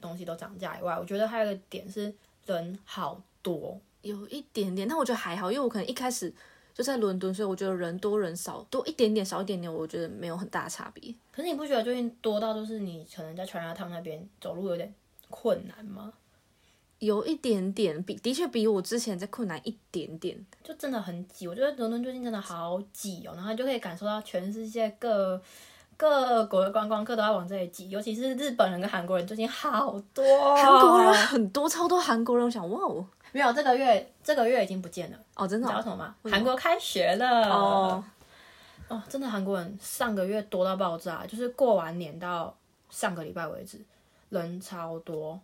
A: 东西都涨价以外，我觉得还有一个点是人好多。
B: 有一点点，但我觉得还好，因为我可能一开始就在伦敦，所以我觉得人多人少多一点点少一点点，我觉得没有很大的差别。
A: 可是你不觉得最近多到就是你可能在全家汤那边走路有点困难吗？
B: 有一点点比，的确比我之前再困难一点点。
A: 就真的很挤。我觉得伦敦最近真的好挤哦，然后你就可以感受到全世界各各国的观光客都要往这里挤，尤其是日本人跟韩国人最近好多哦。
B: 韩国人很多，超多韩国人，我想哇哦，
A: 没有这个月，这个月已经不见了。
B: 哦，真
A: 你
B: 的
A: 知道
B: 哦
A: 什么吗？
B: 为什
A: 韩
B: 么
A: 国开学了
B: 哦，
A: 哦，真的韩国人上个月多到爆炸，就是过完年到上个礼拜为止，人超多，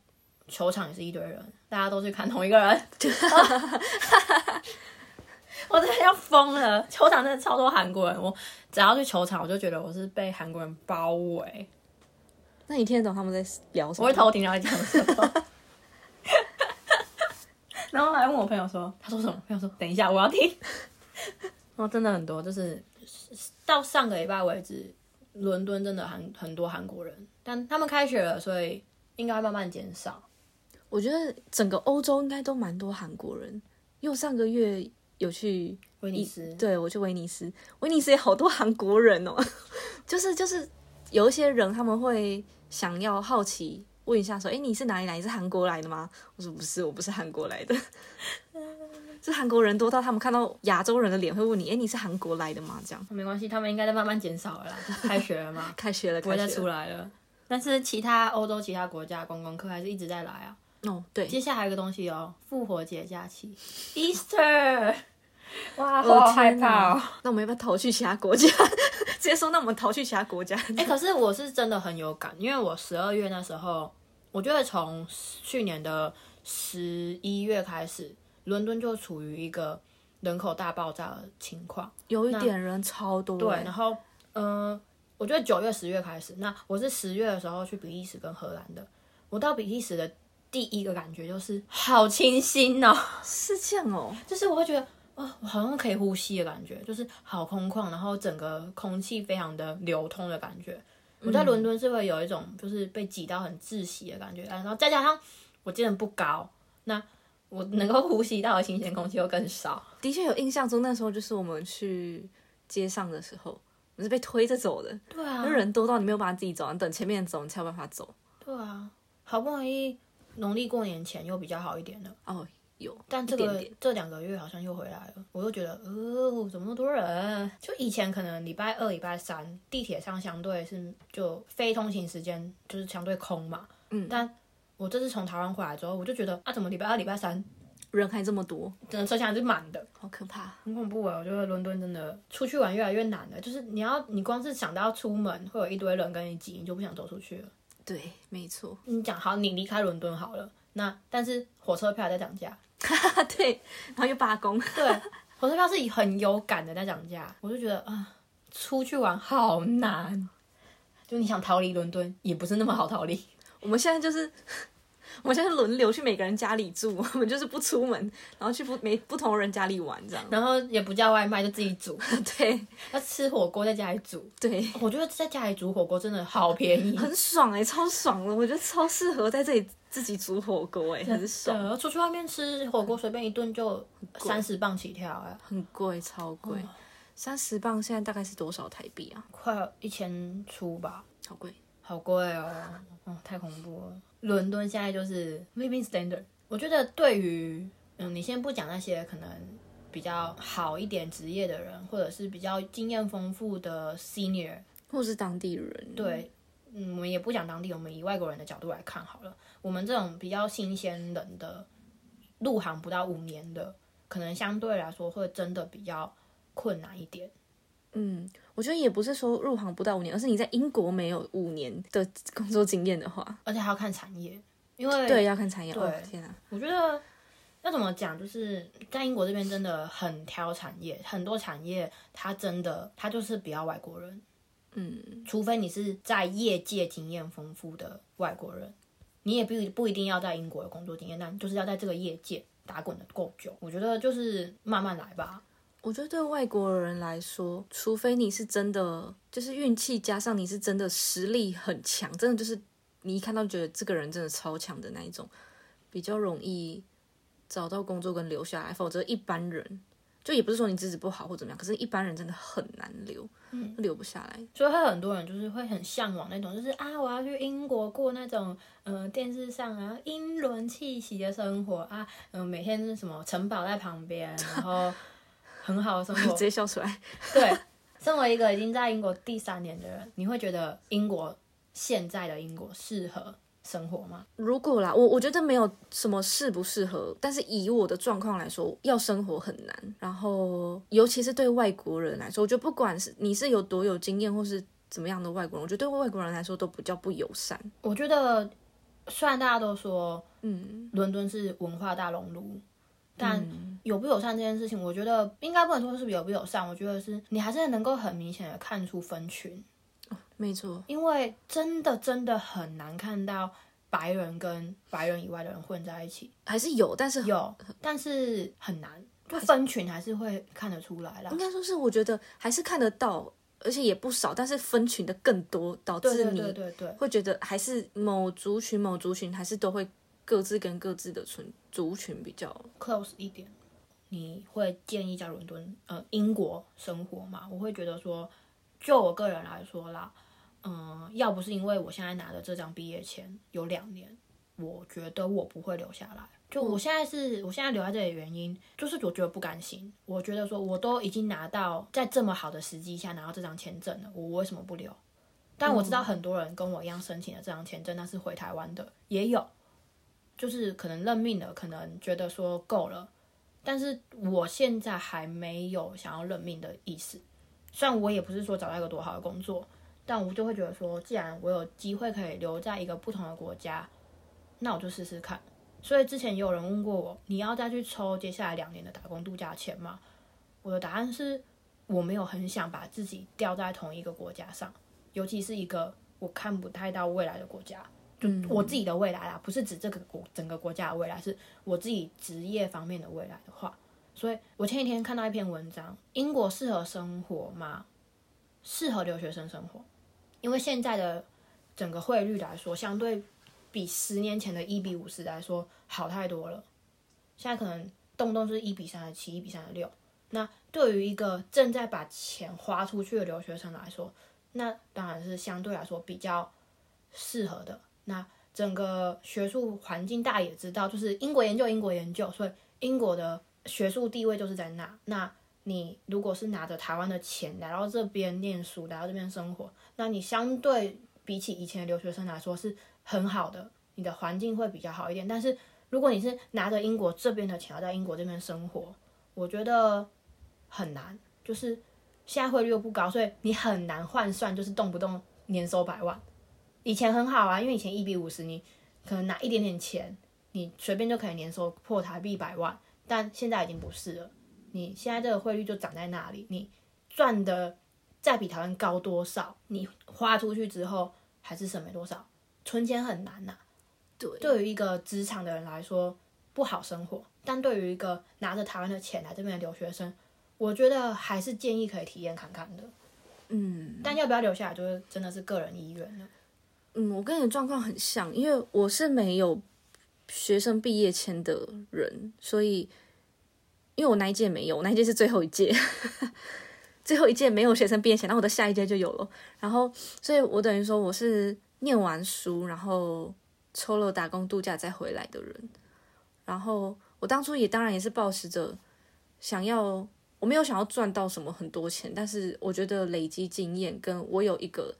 A: 球场也是一堆人，大家都去看同一个人， 我真的要疯了！球场真的超多韩国人，我只要去球场，我就觉得我是被韩国人包围，
B: 那你听得懂他们在聊什
A: 我
B: 么？
A: 会偷听他在讲什么。 然后还问我朋友说，他说什么？朋友说等一下，我要听。然后真的很多，就是到上个礼拜为止，伦敦真的韩很多韩国人，但他们开学了，所以应该慢慢减少。
B: 我觉得整个欧洲应该都蛮多韩国人，因为我上个月有去
A: 威尼斯，
B: 对，我去威尼斯，威尼斯也好多韩国人哦， 就是就是有一些人他们会想要好奇问一下说，哎，你是哪里来？你是韩国来的吗？我说不是，我不是韩国来的。 是韩国人多到他们看到亚洲人的脸会问你，哎，你是韩国来的吗？这样
A: 哦没关系，他们应该在慢慢减少了 啦，开学了嘛。
B: 开学了，
A: 不会再
B: 开学
A: 出
B: 了。
A: 来了。但是其他欧洲其他国家观光客还是一直在来啊。
B: 哦，对，
A: 接下来一个东西哦，复活节假期，Easter，哇，
B: 我
A: 好
B: 天
A: 害怕
B: 哪
A: 哦！
B: 那我们要不要逃去其他国家？ 直接说，那我们逃去其他国家。
A: 哎、可是我是真的很有感，因为我十二月那时候，我觉得从去年的十一月开始，伦敦就处于一个人口大爆炸的情况。
B: 有一点人超多，欸
A: 对，然后嗯、呃我觉得九月、十月开始，那我是十月的时候去比利时跟荷兰的。我到比利时的第一个感觉就是好清新哦，
B: 是这样哦。
A: 就是我会觉得。哦，我好像可以呼吸的感觉，就是好空旷，然后整个空气非常的流通的感觉。我在伦敦是会有一种就是被挤到很窒息的感觉，然后再加上我真的不高，那我能够呼吸到的新鲜空气又更少。
B: 的确有印象中，那时候就是我们去街上的时候，我们是被推着走的，
A: 对啊
B: 那、人多到你没有办法自己走，你等前面走，你才有办法走。
A: 对啊，好不容易农历过年前又比较好一点了，
B: 哦，有，
A: 但这
B: 一
A: 个
B: 点点
A: 这两个月好像又回来了，我又觉得，哦，怎么那么多人？就以前可能礼拜二、礼拜三地铁上相对是就非通勤时间就是相对空嘛，嗯，但我这次从台湾回来之后，我就觉得啊，怎么礼拜二、礼拜三
B: 人还这么多，
A: 整个车厢还是满的，
B: 好可怕。
A: 很恐怖啊！我觉得伦敦真的出去玩越来越难了，就是你要你光是想到要出门会有一堆人跟你挤，你就不想走出去了。
B: 对，没错，
A: 你讲好，你离开伦敦好了，那但是火车票还在涨价，
B: 啊对，然后又罢工，
A: 对， 火车票是很有感的在涨价，我就觉得啊、出去玩好难，就你想逃离伦敦也不是那么好逃离。
B: 我们现在就是。 我们现在轮流去每个人家里住，我们就是不出门，然后去不每不同人家里玩这样。
A: 然后也不叫外卖，就自己煮，
B: 对
A: 要吃火锅在家里煮。
B: 对，
A: 我觉得在家里煮火锅真的好便宜，
B: 很爽哎、超爽的，我觉得超适合在这里自己煮火锅哎、很爽，
A: 呃，出去外面吃火锅随便一顿就三十磅起跳啊，
B: 很贵，超贵，三十磅现在大概是多少台币啊？
A: 快一千出吧。
B: 好贵，
A: 好贵哦，哦，太恐怖了。伦敦现在就是 living standard，我觉得对于嗯，你先不讲那些可能比较好一点职业的人，或者是比较经验丰富的 senior，
B: 或是当地人，
A: 对，嗯，我们也不讲当地，我们以外国人的角度来看好了，我们这种比较新鲜人的入行不到五年的，可能相对来说会真的比较困难一点。
B: 嗯，我觉得也不是说入行不到五年，而是你在英国没有五年的工作经验的话，
A: 而且还要看产业，因为
B: 对，要看产业。哦
A: 对，
B: 天啊，
A: 我觉得要怎么讲，就是在英国这边真的很挑产业，很多产业它真的它就是不要外国人，
B: 嗯，
A: 除非你是在业界经验丰富的外国人，你也不不一定要在英国有工作经验，但就是要在这个业界打滚的够久。我觉得就是慢慢来吧。
B: 我觉得对外国人来说，除非你是真的就是运气加上你是真的实力很强，真的就是你一看到就觉得这个人真的超强的那一种，比较容易找到工作跟留下来，否则一般人。就也不是说你资质不好或怎么样，可是一般人真的很难留，留不下来。
A: 所以会很多人就是会很向往那种，就是啊，我要去英国过那种，呃，电视上啊英伦气息的生活啊，嗯、每天是什么城堡在旁边，然后很好的生活
B: 直。接笑出来，
A: 对，身为一个已经在英国第三年的人，你会觉得英国现在的英国适合生活吗？
B: 如果啦，我我觉得没有什么适不适合，但是以我的状况来说，要生活很难。然后，尤其是对外国人来说，我觉得不管是你是有多有经验，或是怎么样的外国人，我觉得对外国人来说都比较不友善。
A: 我觉得，虽然大家都说
B: 嗯，
A: 伦敦是文化大熔炉，但友不友善这件事情，我觉得应该不能说是友不友善，我觉得是你还是能够很明显的看出分群，
B: 没错，
A: 因为真的真的很难看到白人跟白人以外的人混在一起，
B: 还是有，但是
A: 有，但是很难，就分群还是会看得出来啦
B: 应。该说是我觉得还是看得到，而且也不少，但是分群的更多，导
A: 对
B: 致
A: 对
B: 你
A: 对对对，
B: 会觉得还是某族群某族群还是都会各自跟各自的群族群比较
A: close 一点，你会建议在伦敦呃英国生活吗？我会觉得说，就我个人来说啦，嗯、要不是因为我现在拿的这张毕业签有两年，我觉得我不会留下来。就我现在是，我现在留在这里的原因，就是我觉得不甘心。我觉得说，我都已经拿到在这么好的时机下拿到这张签证了，我为什么不留？但我知道很多人跟我一样申请了这张签证，但是回台湾的也有，就是可能认命了，可能觉得说够了，但是我现在还没有想要认命的意思。虽然我也不是说找到一个多好的工作，但我就会觉得说，既然我有机会可以留在一个不同的国家，那我就试试看。所以之前也有人问过我，你要再去抽接下来两年的打工度假钱吗？我的答案是，我没有很想把自己吊在同一个国家上，尤其是一个我看不太到未来的国家。就我自己的未来啦，不是指这个国整个国家的未来，是我自己职业方面的未来的话，所以我前几天看到一篇文章，英国适合生活吗？适合留学生生活，因为现在的整个汇率来说，相对比十年前的一比五十来说好太多了。现在可能动不动就是一比三十七、一比三十六。那对于一个正在把钱花出去的留学生来说，那当然是相对来说比较适合的。那整个学术环境大家也知道，就是英国研究，英国研究，所以英国的学术地位就是在那。那你如果是拿着台湾的钱来到这边念书，来到这边生活，那你相对比起以前的留学生来说是很好的，你的环境会比较好一点。但是如果你是拿着英国这边的钱要在英国这边生活，我觉得很难，就是现在汇率又不高，所以你很难换算，就是动不动年收百万。以前很好啊，因为以前一比五十，你可能拿一点点钱，你随便就可以年收破台币百万，但现在已经不是了。你现在这个汇率就涨在那里，你赚的再比台湾高多少，你花出去之后还是省没多少，存钱很难呐、
B: 对
A: 对于一个职场的人来说不好生活，但对于一个拿着台湾的钱来这边的留学生，我觉得还是建议可以体验看看的。
B: 嗯。
A: 但要不要留下来，就是真的是个人意愿了。
B: 嗯，我跟你的状况很像，因为我是没有学生毕业签的人，所以因为我那一届没有，我那一届是最后一届， 最后一届没有学生毕业签，那我的下一届就有了。然后，所以我等于说我是念完书，然后抽了打工度假再回来的人。然后我当初也当然也是抱持着想要，我没有想要赚到什么很多钱，但是我觉得累积经验，跟我有一个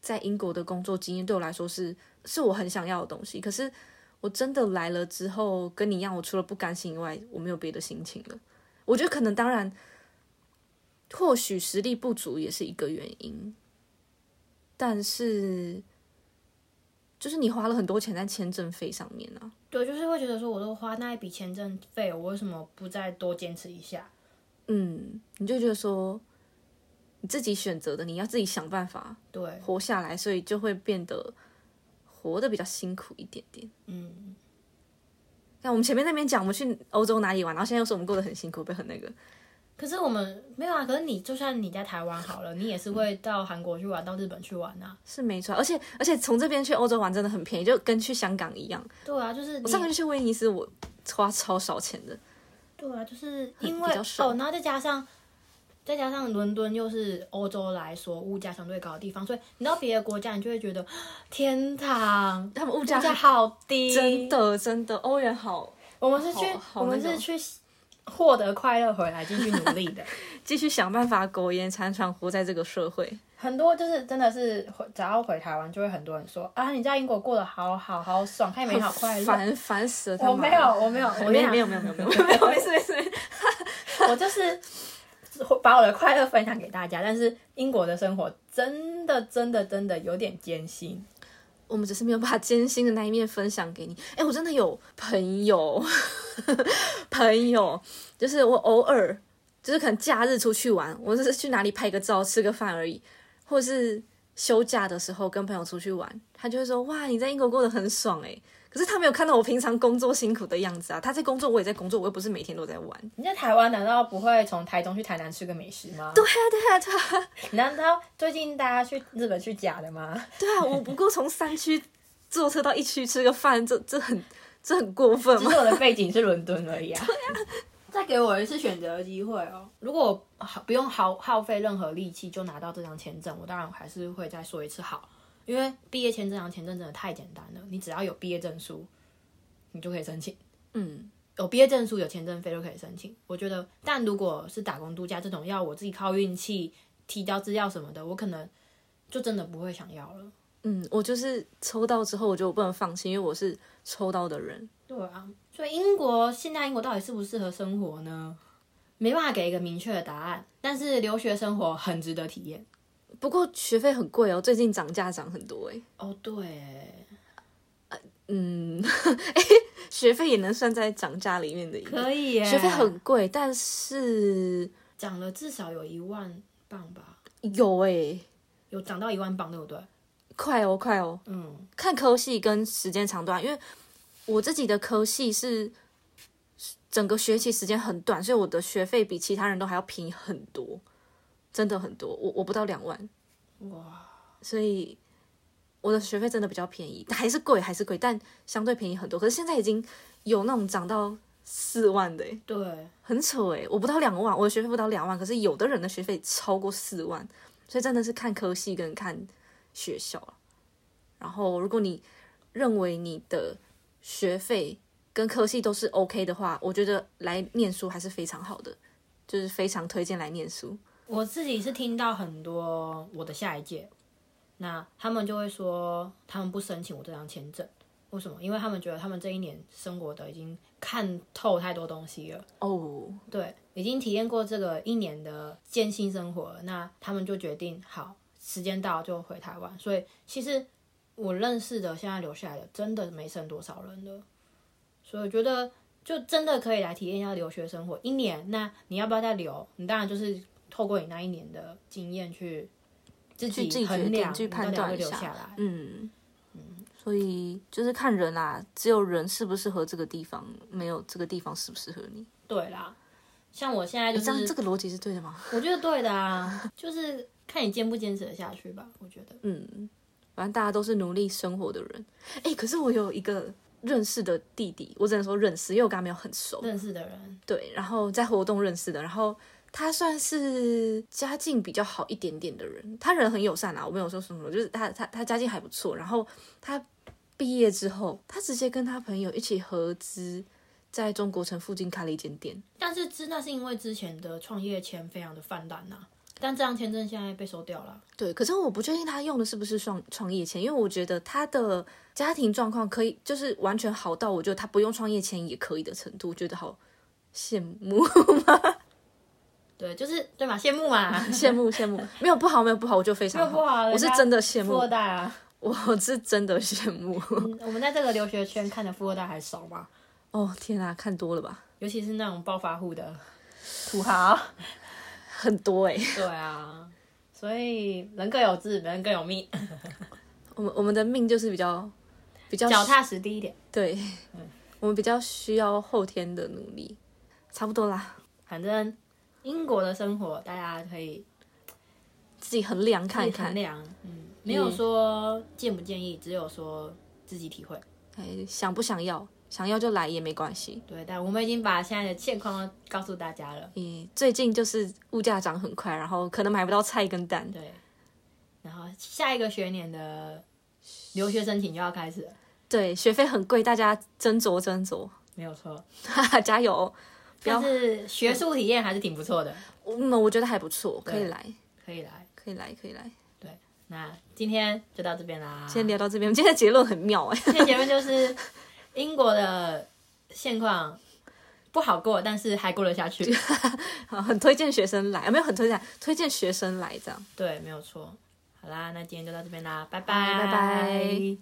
B: 在英国的工作经验对我来说是是我很想要的东西。可是我真的来了之后，跟你一样，我除了不甘心以外，我没有别的心情了。我觉得可能当然，或许实力不足也是一个原因，但是就是你花了很多钱在签证费上面啊。
A: 对，就是会觉得说，我都花那一笔签证费，我为什么不再多坚持一下？
B: 嗯，你就觉得说你自己选择的，你要自己想办法
A: 对，
B: 活下来，所以就会变得活得比较辛苦一点点。
A: 嗯，
B: 那我们前面那边讲我们去欧洲哪里玩，然后现在又说我们过得很辛苦，被很那个。
A: 可是我们没有啊。可是你就算你在台湾好了，你也是会到韩国去玩，到日本去玩啊。
B: 是没错，而且而且从这边去欧洲玩真的很便宜，就跟去香港一样。
A: 对啊，就是你
B: 我上个月去威尼斯，我花超少钱的，
A: 对啊，就是因
B: 比
A: 为
B: 较省
A: 哦，然后再加上再加上伦敦又是欧洲来说物价相对高的地方，所以你到别的国家，你就会觉得天堂，
B: 他们物
A: 物
B: 价
A: 价好低，
B: 真。的真的欧元好，
A: 我们是去
B: 好好
A: 我们是
B: 那种
A: 去获得快乐回来，继续努力的。
B: 继续想办法苟延残喘，活在这个社会。
A: 很多就是真的是回，只要回台湾，就会很多人说啊，你在英国过得好好好爽，看你们好快乐。
B: 烦烦死了！他
A: 我
B: 妈
A: 没
B: 的
A: 有，，我没有，我
B: 没
A: 跟
B: 有
A: 你
B: 没有没有没有没有没有，没事没事。没事
A: 讲，我就是把我的快乐分享给大家。但是英国的生活真的真的真的有点艰辛，
B: 我们只是没有把艰辛的那一面分享给你。哎，我真的有朋友， 朋友，就是我偶尔就是可能假日出去玩，我就是去哪里拍个照、吃个饭而已，或者是休假的时候跟朋友出去玩，他就会说：“哇，你在英国过得很爽哎、可是他没有看到我平常工作辛苦的样子啊，他在工作，我也在工作，我又不是每天都在玩。
A: 你在台湾难道不会从台中去台南吃个美食吗？
B: 对啊，对啊，对啊，
A: 难道最近大家去日本去假的吗？
B: 对啊，我不过从三区坐车到一区吃个饭，这这很这很过分
A: 只
B: 吗？
A: 是我的背景是伦敦而已 啊。再给我一次选择的机会哦！如果我不用耗耗费任何力气就拿到这张签证，我当然还是会再说一次好，因为毕业签这张签证真的太简单了，你只要有毕业证书，你就可以申请。
B: 嗯。
A: 有毕业证书、有签证费都可以申请。我觉得，但如果是打工度假这种，要我自己靠运气提交资料什么的，我可能就真的不会想要了。
B: 嗯，我就是抽到之后，我觉得我不能放弃，因为我是抽到的人。
A: 对啊，所以英国现在英国到底适不适合生活呢？没办法给一个明确的答案，但是留学生活很值得体验。
B: 不过学费很贵哦，最近涨价涨很多哎。
A: 哦，对，
B: 嗯， 哎、学费也能算在涨价里面的一个。
A: 可以耶，
B: 学费很贵，但是
A: 涨了至少有一万镑吧，
B: 有哎、
A: 有涨到一万镑，对不对？
B: 快哦快哦，
A: 嗯，
B: 看科系跟时间长短，因为我自己的科系是整个学期时间很短，所以我的学费比其他人都还要便宜很多，真的很多，我我不到两万。
A: 哇，
B: 所以我的学费真的比较便宜，还是贵还是贵，但相对便宜很多。可是现在已经有那种涨到四万的欸，
A: 对，
B: 很扯哎！我不到两万，我的学费不到两万，可是有的人的学费超过四万，所以真的是看科系跟看学校了。然后，如果你认为你的学费跟科系都是 OK 的话，我觉得来念书还是非常好的，就是非常推荐来念书。
A: 我自己是听到很多我的下一届，那他们就会说他们不申请我这张签证，为什么？因为他们觉得他们这一年生活的已经看透太多东西了。
B: 哦，
A: 对，已经体验过这个一年的艰辛生活了，那他们就决定好，时间到就回台湾。所以其实我认识的现在留下来的，真的没剩多少人了。所以我觉得就真的可以来体验一下留学生活一年。那你要不要再留？你当然就是透过你那一年的经验去自
B: 去自己
A: 己
B: 决
A: 衡
B: 定
A: 量，
B: 去判
A: 你到底
B: 断
A: 要
B: 一
A: 不要留
B: 下
A: 下来。
B: 嗯，所以就是看人啦、啊只有人适不适合这个地方，没有这个地方适不适合你。
A: 对啦，像我现在就
B: 这样
A: 是，
B: 这个逻辑是对的吗？
A: 我觉得对的啊，就是看你坚不坚持得下去吧。我觉得，
B: 嗯，反正大家都是努力生活的人。哎、可是我有一个认识的弟弟，我只能说认识，因为我跟他没有很熟。
A: 认识的人
B: 对，然后在活动认识的，然后他算是家境比较好一点点的人，他人很友善啊，我没有说什么，就是他他他家境还不错，然后他毕业之后，他直接跟他朋友一起合资。在中国城附近开了一间店，
A: 但是之那是因为之前的创业签非常的泛滥呐、但这张签证现在被收掉了。
B: 对，可是我不确定他用的是不是创创业钱，因为我觉得他的家庭状况可以，就是完全好到我觉得他不用创业钱也可以的程度，觉得好羡慕。
A: 对，就是对嘛，羡慕嘛，
B: 羡慕羡慕， 没有不好，没有不好，我就非
A: 没有
B: 常
A: 不好，啊
B: 我是真的羡
A: 富
B: 慕
A: 二，代啊。
B: 我是真的羡慕。
A: 嗯我们在这个留学圈看的富二代还少嘛，
B: 哦天啊，看多了吧，
A: 尤其是那种暴发户的土豪。
B: 很多哎、
A: 对啊，所以人各有志，人各有命，
B: 我们我们的命就是比较比较
A: 脚踏嗯实地一点。
B: 对，我们比较需要后天的努力，差不多啦，
A: 反正英国的生活大家可以
B: 自己衡量看
A: 衡
B: 看，
A: 量，嗯，没有说建不建议，只有说自己体会。
B: 哎，想不想要，想要就来也没关系。
A: 对，但我们已经把现在的现况都告诉大家了。
B: 嗯，最近就是物价涨很快，然后可能买不到菜跟蛋。
A: 对，然后下一个学年的留学申请就要开始了，
B: 对，学费很贵，大家斟酌斟酌，
A: 没有错。
B: 哈哈，加油！不
A: 但
B: 要，
A: 是学术体验还是挺不错的，
B: 嗯，我觉得还不错，可以来，
A: 可以来。
B: 可以来，可以来。
A: 那今天就到这边啦。
B: 今天聊到这边，今天的结论很妙哎、
A: 今天结论就是英国的现况不好过，但是还过得下 去。
B: 好 很推荐学生来，啊没有很推荐，推荐学生来这样。
A: 对，没有错。好啦，那今天就到这边啦，拜
B: 拜拜